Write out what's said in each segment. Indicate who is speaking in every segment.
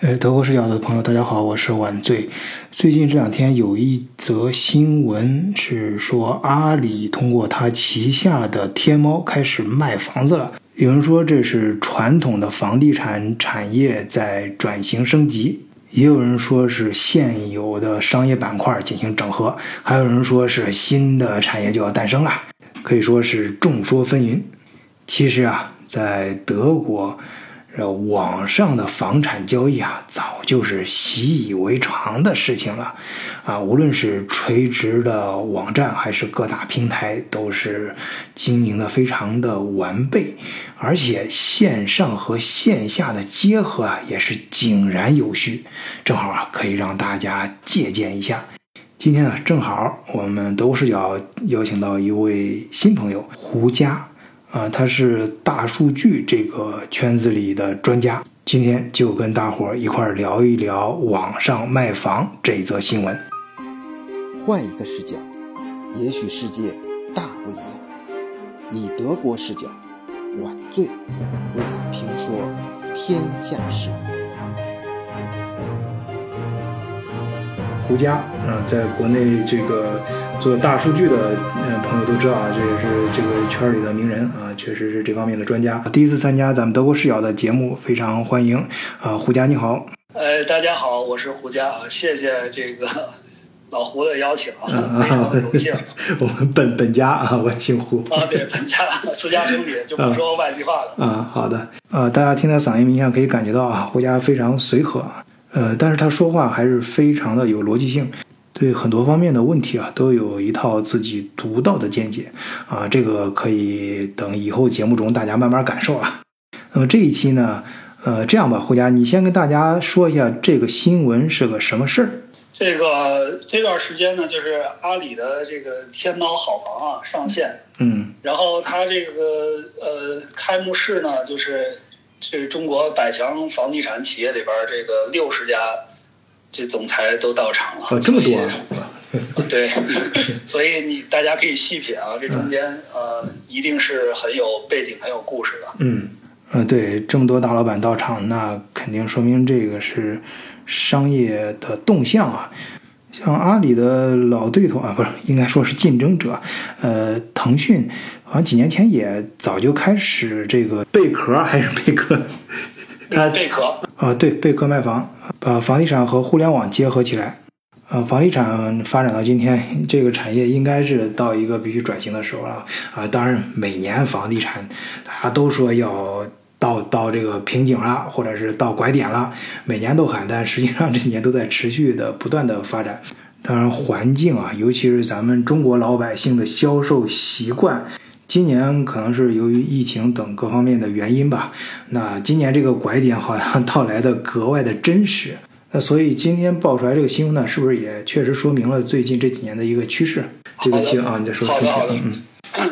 Speaker 1: 呃，德国视角的朋友，大家好，我是晚醉。最近这两天有一则新闻是说，阿里通过它旗下的天猫开始卖房子了。有人说这是传统的房地产产业在转型升级，也有人说是现有的商业板块进行整合，还有人说是新的产业就要诞生了，可以说是众说纷纭。其实啊，在德国。这网上的房产交易啊，早就是习以为常的事情了，啊，无论是垂直的网站还是各大平台，都是经营的非常的完备，而且线上和线下的结合啊，也是井然有序，正好啊，可以让大家借鉴一下。今天呢，正好我们德国视角邀请到一位新朋友胡佳。啊、呃，他是大数据这个圈子里的专家，今天就跟大伙儿一块儿聊一聊网上卖房这则新闻。
Speaker 2: 换一个视角，也许世界大不一样。以德国视角，晚醉为你评说天下事。
Speaker 1: 胡佳，嗯、呃，在国内这个。做大数据的嗯朋友都知道啊，这也是这个圈里的名人啊，确实是这方面的专家。第一次参加咱们德国视角的节目，非常欢迎啊、呃，胡佳你好。
Speaker 3: 呃，大家好，我是胡佳啊，谢谢这个 老胡的邀请啊，
Speaker 1: 嗯
Speaker 3: 非常荣幸。
Speaker 1: 我们本本家啊，我姓胡
Speaker 3: 啊，对，本家 出家兄弟就
Speaker 1: 嗯
Speaker 3: 不说外地话了、
Speaker 1: 啊、啊。好的，呃，大家听他嗓音明显可以感觉到啊，胡佳非常随和，呃，但是他说话还是非常的有逻辑性。对很多方面的问题啊，都有一套自己独到的见解啊，这个可以等以后节目中大家慢慢感受啊。那、呃、么这一期呢，呃，这样吧，胡佳，你先跟大家说一下这个新闻是个什么事儿。
Speaker 3: 这个这段时间呢，就是阿里的这个天猫好房啊上线，
Speaker 1: 嗯，
Speaker 3: 然后它这个呃开幕式呢，就是是中国百强房地产企业里边这个六十家。这总裁都到场了，
Speaker 1: 哦、这么多、啊，
Speaker 3: 对，所以你大家可以细品啊，这中间、嗯、呃一定是很有背景、很有故事的。
Speaker 1: 嗯，呃，对，这么多大老板到场，那肯定说明这个是商业的动向啊。像阿里的老对头啊，不是应该说是竞争者，呃，腾讯好像几年前也早就开始这个贝壳还是贝壳。 它
Speaker 3: 贝壳啊、
Speaker 1: 呃，对，贝壳卖房，把房地产和互联网结合起来。呃，房地产发展到今天，这个产业应该是到一个必须转型的时候了啊、呃！当然，每年房地产大家都说要到到这个瓶颈了，或者是到拐点了，每年都喊，但实际上这几年都在持续的不断的发展。当然，环境啊，尤其是咱们中国老百姓的销售习惯。今年可能是由于疫情等各方面的原因吧，那今年这个拐点好像 到来的格外的真实，那所以今天爆出来这个新闻呢，是不是也确实说明了最近这几年的一个趋势？这个情啊，你再说
Speaker 3: 好的好的，
Speaker 1: 嗯，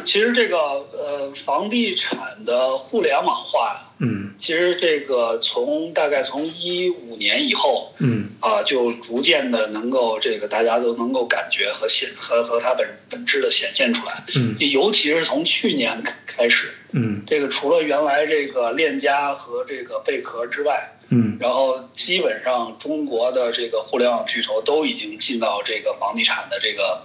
Speaker 3: 其实这个呃房地产的互联网化，
Speaker 1: 嗯，
Speaker 3: 其实这个从大概从一五年以后，
Speaker 1: 嗯
Speaker 3: 啊、呃，就逐渐的能够这个大家都能够感觉和显和和它本本质的显现出来，
Speaker 1: 嗯，
Speaker 3: 尤其是从去年开始，
Speaker 1: 嗯，
Speaker 3: 这个除了原来这个链家和这个贝壳之外，
Speaker 1: 嗯，
Speaker 3: 然后基本上中国的这个互联网巨头都已经进到这个房地产的这个。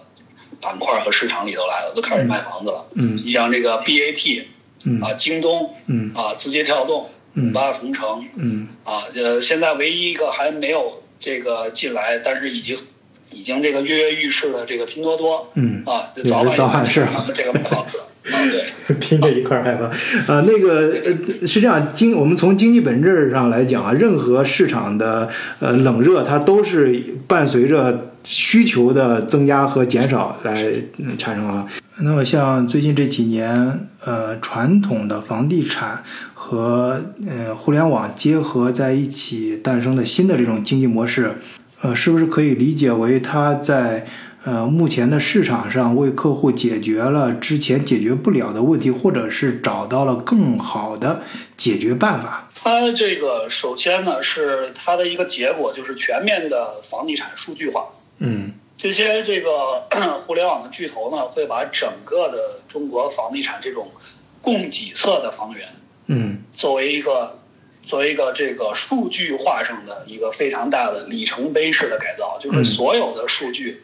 Speaker 3: 板块和市场里头来了，都开始卖房子了。
Speaker 1: 嗯，
Speaker 3: 你像这个 BAT，
Speaker 1: 嗯
Speaker 3: 啊，京东，
Speaker 1: 嗯
Speaker 3: 啊，字节跳动，
Speaker 1: 嗯，
Speaker 3: 八达通城，
Speaker 1: 嗯
Speaker 3: 啊，呃，现在唯一一个还没有这个进来，但是已经已经这个跃跃欲试的这个拼多多，
Speaker 1: 嗯
Speaker 3: 啊，早晚
Speaker 1: 早晚是
Speaker 3: 这个卖 房子。啊，对，
Speaker 1: 拼着一块儿来吧。啊，那个呃，是这样，经我们从经济本质上来讲啊，任何市场的呃冷热，它都是伴随着需求的增加和减少来、嗯、产生啊。那么像最近这几年，呃，传统的房地产和呃互联网结合在一起诞生的新的这种经济模式，呃，是不是可以理解为它在？呃，目前的市场上为客户解决了之前解决不了的问题，或者是找到了更好的解决办法。
Speaker 3: 它这个首先呢是它的一个结果，就是全面的房地产数据化。
Speaker 1: 嗯，
Speaker 3: 这些这个 互联网的巨头呢，会把整个的中国房地产这种供给侧的房源，
Speaker 1: 嗯，
Speaker 3: 作为一个作为一个这个数据化上的一个非常大的里程碑式的改造，就是所有的数据，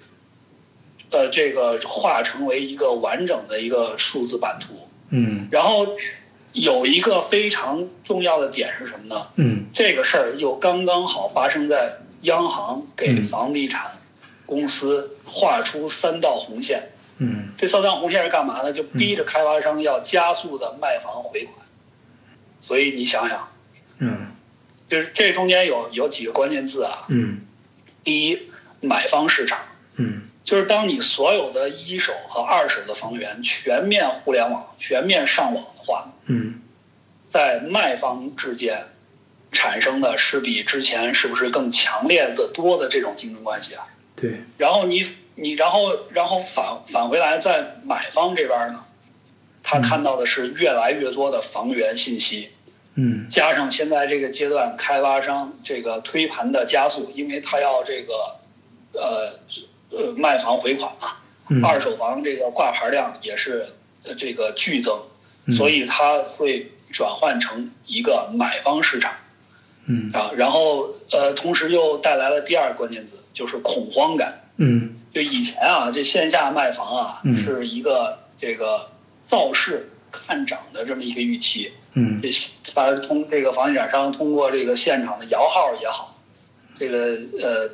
Speaker 3: 呃，这个化成为一个完整的一个数字版图。
Speaker 1: 嗯
Speaker 3: 然后有一个非常重要的点是什么呢？
Speaker 1: 嗯
Speaker 3: 这个事儿又刚刚好发生在央行给
Speaker 1: 嗯
Speaker 3: 房地产公司画出三道红线。
Speaker 1: 嗯
Speaker 3: 这三道红线是干嘛呢？就逼着开发商要加速的卖房回款。所以你想想，
Speaker 1: 嗯
Speaker 3: 就是这中间有有几个关键字啊。
Speaker 1: 嗯
Speaker 3: 第一，买方市场，
Speaker 1: 嗯
Speaker 3: 就是当你所有的一手和二手的房源全面互联网、全面上网的话，
Speaker 1: 嗯
Speaker 3: 在卖方之间产生的是比之前是不是更强烈的多的这种竞争关系啊？
Speaker 1: 对，
Speaker 3: 然后你你然后然后返返回来，在买方这边呢，他看到的是越来越多的房源信息，
Speaker 1: 嗯
Speaker 3: 加上现在这个阶段开发商这个推盘的加速，因为他要这个呃呃卖房回款嘛，
Speaker 1: 嗯
Speaker 3: 二手房这个挂牌量也是呃这个剧增，
Speaker 1: 嗯
Speaker 3: 所以它会转换成一个买方市场
Speaker 1: 嗯
Speaker 3: 啊，然后呃，同时又带来了第二个关键字，就是恐慌感。
Speaker 1: 嗯
Speaker 3: 就以前啊，这线下卖房啊，
Speaker 1: 嗯
Speaker 3: 是一个这个造势看涨的这么一个预期，
Speaker 1: 嗯
Speaker 3: 这把通这个房地产商通过这个现场的摇号也好，这个呃，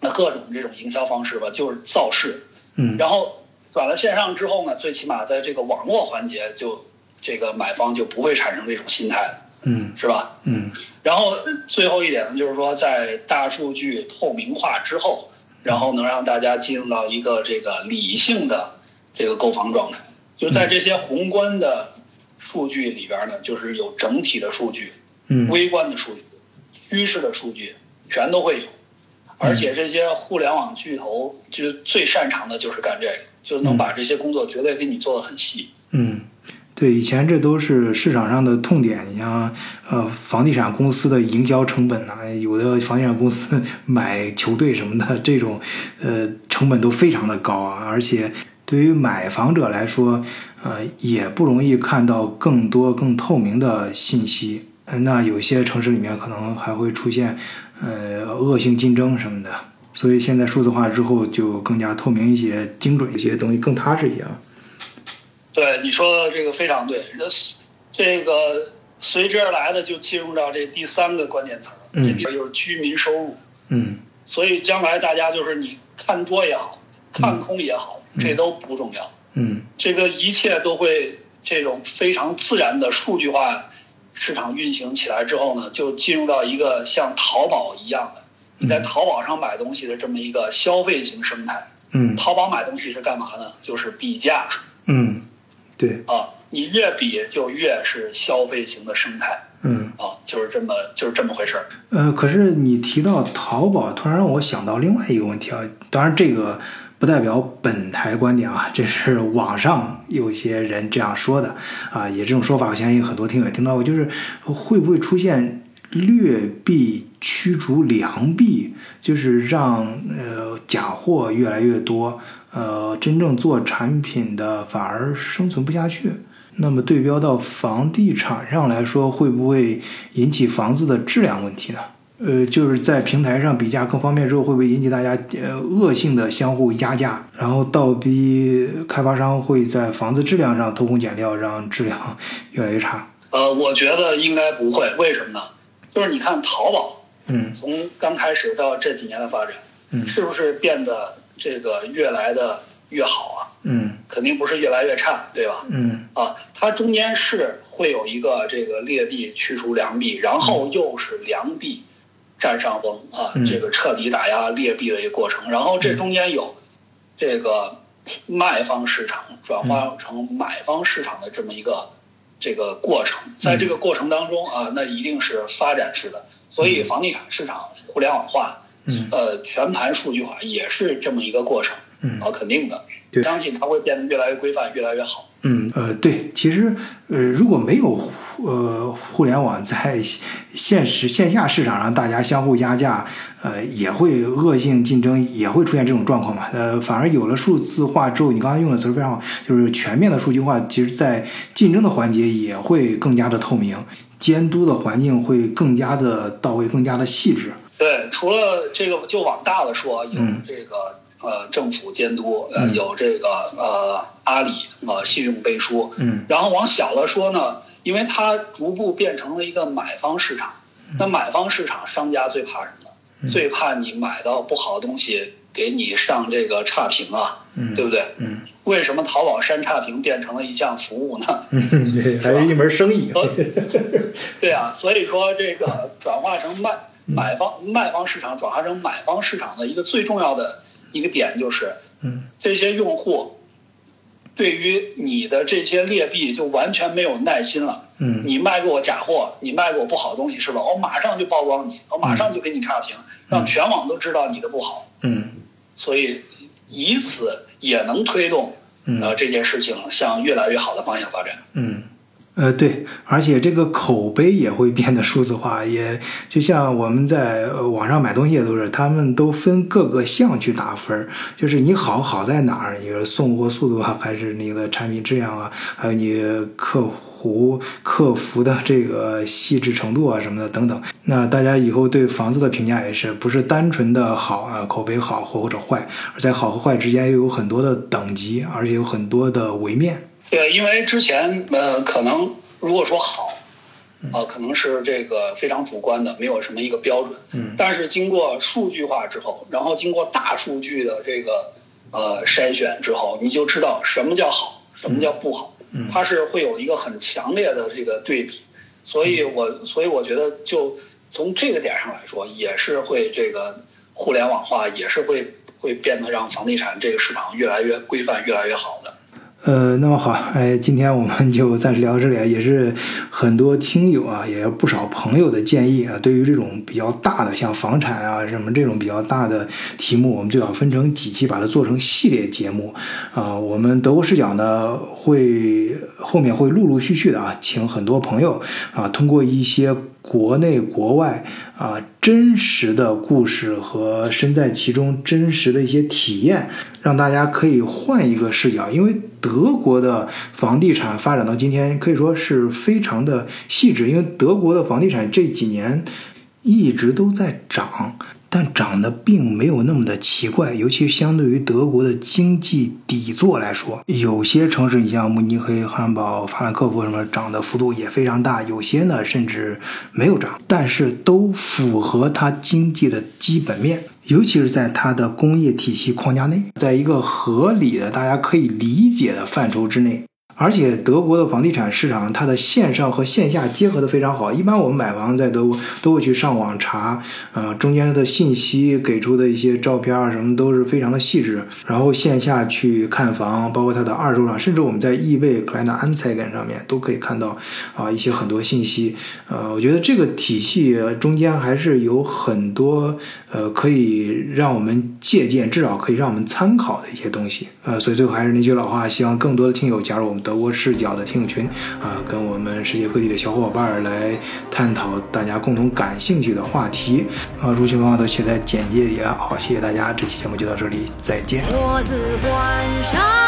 Speaker 3: 那各种这种营销方式吧，就是造势。
Speaker 1: 嗯
Speaker 3: 然后转了线上之后呢，最起码在这个网络环节就这个买方就不会产生这种心态了，
Speaker 1: 嗯
Speaker 3: 是吧？
Speaker 1: 嗯
Speaker 3: 然后最后一点呢，就是说在大数据透明化之后，然后能让大家进入到一个这个理性的这个购房状态，就在这些宏观的数据里边呢，就是有整体的数据、
Speaker 1: 嗯
Speaker 3: 微观的数据、趋势的数据，全都
Speaker 1: 嗯
Speaker 3: 会有。而且这些互联网巨头就是最擅长的就是干这个，就是能把这些工作绝对给你做得很细。
Speaker 1: 嗯，对，以前这都是市场上的痛点，你像呃房地产公司的营销成本呐、有的房地产公司 买球队什么的，这种呃成本都非常的高啊，而且对于买房者来说，呃也不容易看到更多更透明的信息。呃那有些城市里面可能还会出现呃恶性竞争什么的，所以现在数字化之后就更加透明一些、精准一些，东西更踏实一些啊。
Speaker 3: 对你说的这个非常对，那这个随之而来的就进入到这第三个关键词儿，
Speaker 1: 嗯
Speaker 3: 这第二就是居民收入。
Speaker 1: 嗯。
Speaker 3: 所以将来大家就是你看多也好，看空也好，这都不重要，
Speaker 1: 嗯
Speaker 3: 这个一切都会这种非常自然的数据化市场运行起来之后呢，就进入到一个像淘宝一样的
Speaker 1: 嗯
Speaker 3: 你在淘宝上买东西的这么一个消费型生态。
Speaker 1: 嗯
Speaker 3: 淘宝买东西是干嘛呢？就是比价
Speaker 1: 嗯，对，
Speaker 3: 啊，你越比就越是消费型的生态
Speaker 1: 嗯
Speaker 3: 啊，就是这么就是这么回事儿。
Speaker 1: 呃，可是你提到淘宝，突然让我想到另外一个问题啊。当然，这个不代表本台观点啊，这是网上有些人这样说的啊。也这种说法，我相信很多听友也听到过，就是会不会出现劣币驱逐良币，就是让呃假货越来越多，呃，真正做产品的反而生存不下去。那么对标到房地产上来说，会不会引起房子的质量问题呢？呃，就是在平台上比价更方便之后，会不会引起大家呃恶性的相互压价，然后倒逼开发商会在房子质量上偷工减料，让质量 越来越差？
Speaker 3: 呃，我觉得应该不会，为什么呢？就是你看淘宝
Speaker 1: 嗯
Speaker 3: 从刚开始到这几年的发展，
Speaker 1: 嗯
Speaker 3: 是不是变得这个越来的越好啊？
Speaker 1: 嗯
Speaker 3: 肯定不是越来越差，对吧？
Speaker 1: 嗯
Speaker 3: 啊，它中间是会有一个这个劣币驱除良币，然后又是良币占上风啊
Speaker 1: 嗯，
Speaker 3: 这个彻底打压劣币的一个过程。然后这中间有这个卖方市场转化成买方市场的这么一个这个过程，在这个过程当中啊，那一定是发展式的。所以房地产市场互联网化，
Speaker 1: 嗯
Speaker 3: 呃，全盘数据化也是这么一个过程
Speaker 1: 嗯
Speaker 3: 啊，肯定的
Speaker 1: 对，
Speaker 3: 相信它会变得越来越规范，越来越好。
Speaker 1: 嗯，呃，对，其实呃，如果没有呃互联网在现实线下市场上大家相互压价，呃，也会恶性竞争，也会出现这种状况嘛。呃，反而有了数字化之后，你刚刚用的词儿非常好，就是全面的数据化，其实在竞争的环节也会更加的透明。监督的环境会更加的到位，更加的细致。
Speaker 3: 对，除了这个，就往大了说，啊有
Speaker 1: 嗯
Speaker 3: 这个呃政府监督，呃
Speaker 1: 嗯
Speaker 3: 有这个呃阿里呃信用背书，
Speaker 1: 嗯
Speaker 3: 然后往小了说呢，因为它逐步变成了一个买方市场，
Speaker 1: 嗯
Speaker 3: 那买方市场商家最怕什么呢？最怕你买到不好的东西给你上这个差评啊，
Speaker 1: 嗯
Speaker 3: 对不对？
Speaker 1: 嗯
Speaker 3: 为什么淘宝删差评变成了一项服务呢？
Speaker 1: 嗯， 对，还是一门生意。
Speaker 3: 所以 对啊，所以说这个转化成卖
Speaker 1: 嗯
Speaker 3: 买方卖方市场转化成买方市场的一个最重要的一个点就是，
Speaker 1: 嗯
Speaker 3: 这些用户对于你的这些劣币就完全没有耐心了。
Speaker 1: 嗯
Speaker 3: 你卖给我假货，你卖给我不好的东西是吧？我马上就曝光你，我马上就给你差评，让全网都知道你的不好。
Speaker 1: 嗯
Speaker 3: 所以以此也能推动呃
Speaker 1: 嗯
Speaker 3: 这件事情向越来越好的方向发展。
Speaker 1: 嗯，呃，对，而且这个口碑也会变得数字化， 也就像我们在呃网上买东西也都是，他们都分各个项去打分儿，就是你好好在哪儿，你是送货速度啊，还是你的产品质量啊，还有你客户。服客服的这个细致程度啊什么的等等。那大家以后对房子的评价也是不是单纯的好啊口碑好或或者坏，而在好和坏之间又有很多的等级，而且有很多的维面。
Speaker 3: 对，因为之前呃，可能如果说好，
Speaker 1: 嗯
Speaker 3: 啊、可能是这个非常主观的，没有什么一个标准。
Speaker 1: 嗯
Speaker 3: 但是经过数据化之后，然后经过大数据的这个呃筛选之后，你就知道什么叫好，什么叫不好。
Speaker 1: 嗯
Speaker 3: 它是会有一个很强烈的这个对比，所以
Speaker 1: 嗯
Speaker 3: 我所以我觉得就从这个点上来说，也是会这个互联网化也是会会变得让房地产这个市场越来越规范、越来越好的。
Speaker 1: 呃，那么好，哎，今天我们 就暂时聊到这里啊，也是很多听友啊，也有不少朋友的建议啊，对于这种比较大的，像房产啊什么这种比较大的题目，我们最好分成几期，把它做成系列节目啊、我们德国视角呢，会后面会陆陆续续的啊，请很多朋友啊，通过一些国内国外啊真实的故事和身在其中真实的一些体验，让大家可以换一个视角，因为德国的房地产发展到今天，可以说是非常的细致，因为德国的房地产这几年一直都在涨。但涨得并没有那么的奇怪，尤其相对于德国的经济底座来说，有些城市，你像慕尼黑、汉堡、法兰克福什么，涨的幅度也非常大，有些呢甚至没有涨，但是都符合它经济的基本面。尤其是在它的工业体系框架内，在一个合理的、大家可以理解的范畴之内，而且德国的房地产市场，它的线上和线下结合的非常好。一般我们买房在德国都会去上网查，呃，中间的信息给出的一些照片啊什么都是非常的细致。然后线下去看房，包括它的二手市场，甚至我们在易贝、克莱纳、安采根上面都可以看到啊、一些很多信息。呃，我觉得这个体系呃中间还是有很多呃可以让我们借鉴，至少可以让我们参考的一些东西。呃，所以最后还是那句老话，希望更多的听友加入我们德国视角的听友群啊、跟我们世界各地的小伙伴儿来探讨大家共同感兴趣的话题。啊、入群方法都啊写在简介里了。好，谢谢大家，这期节目就到这里，再见。
Speaker 4: 我自关山。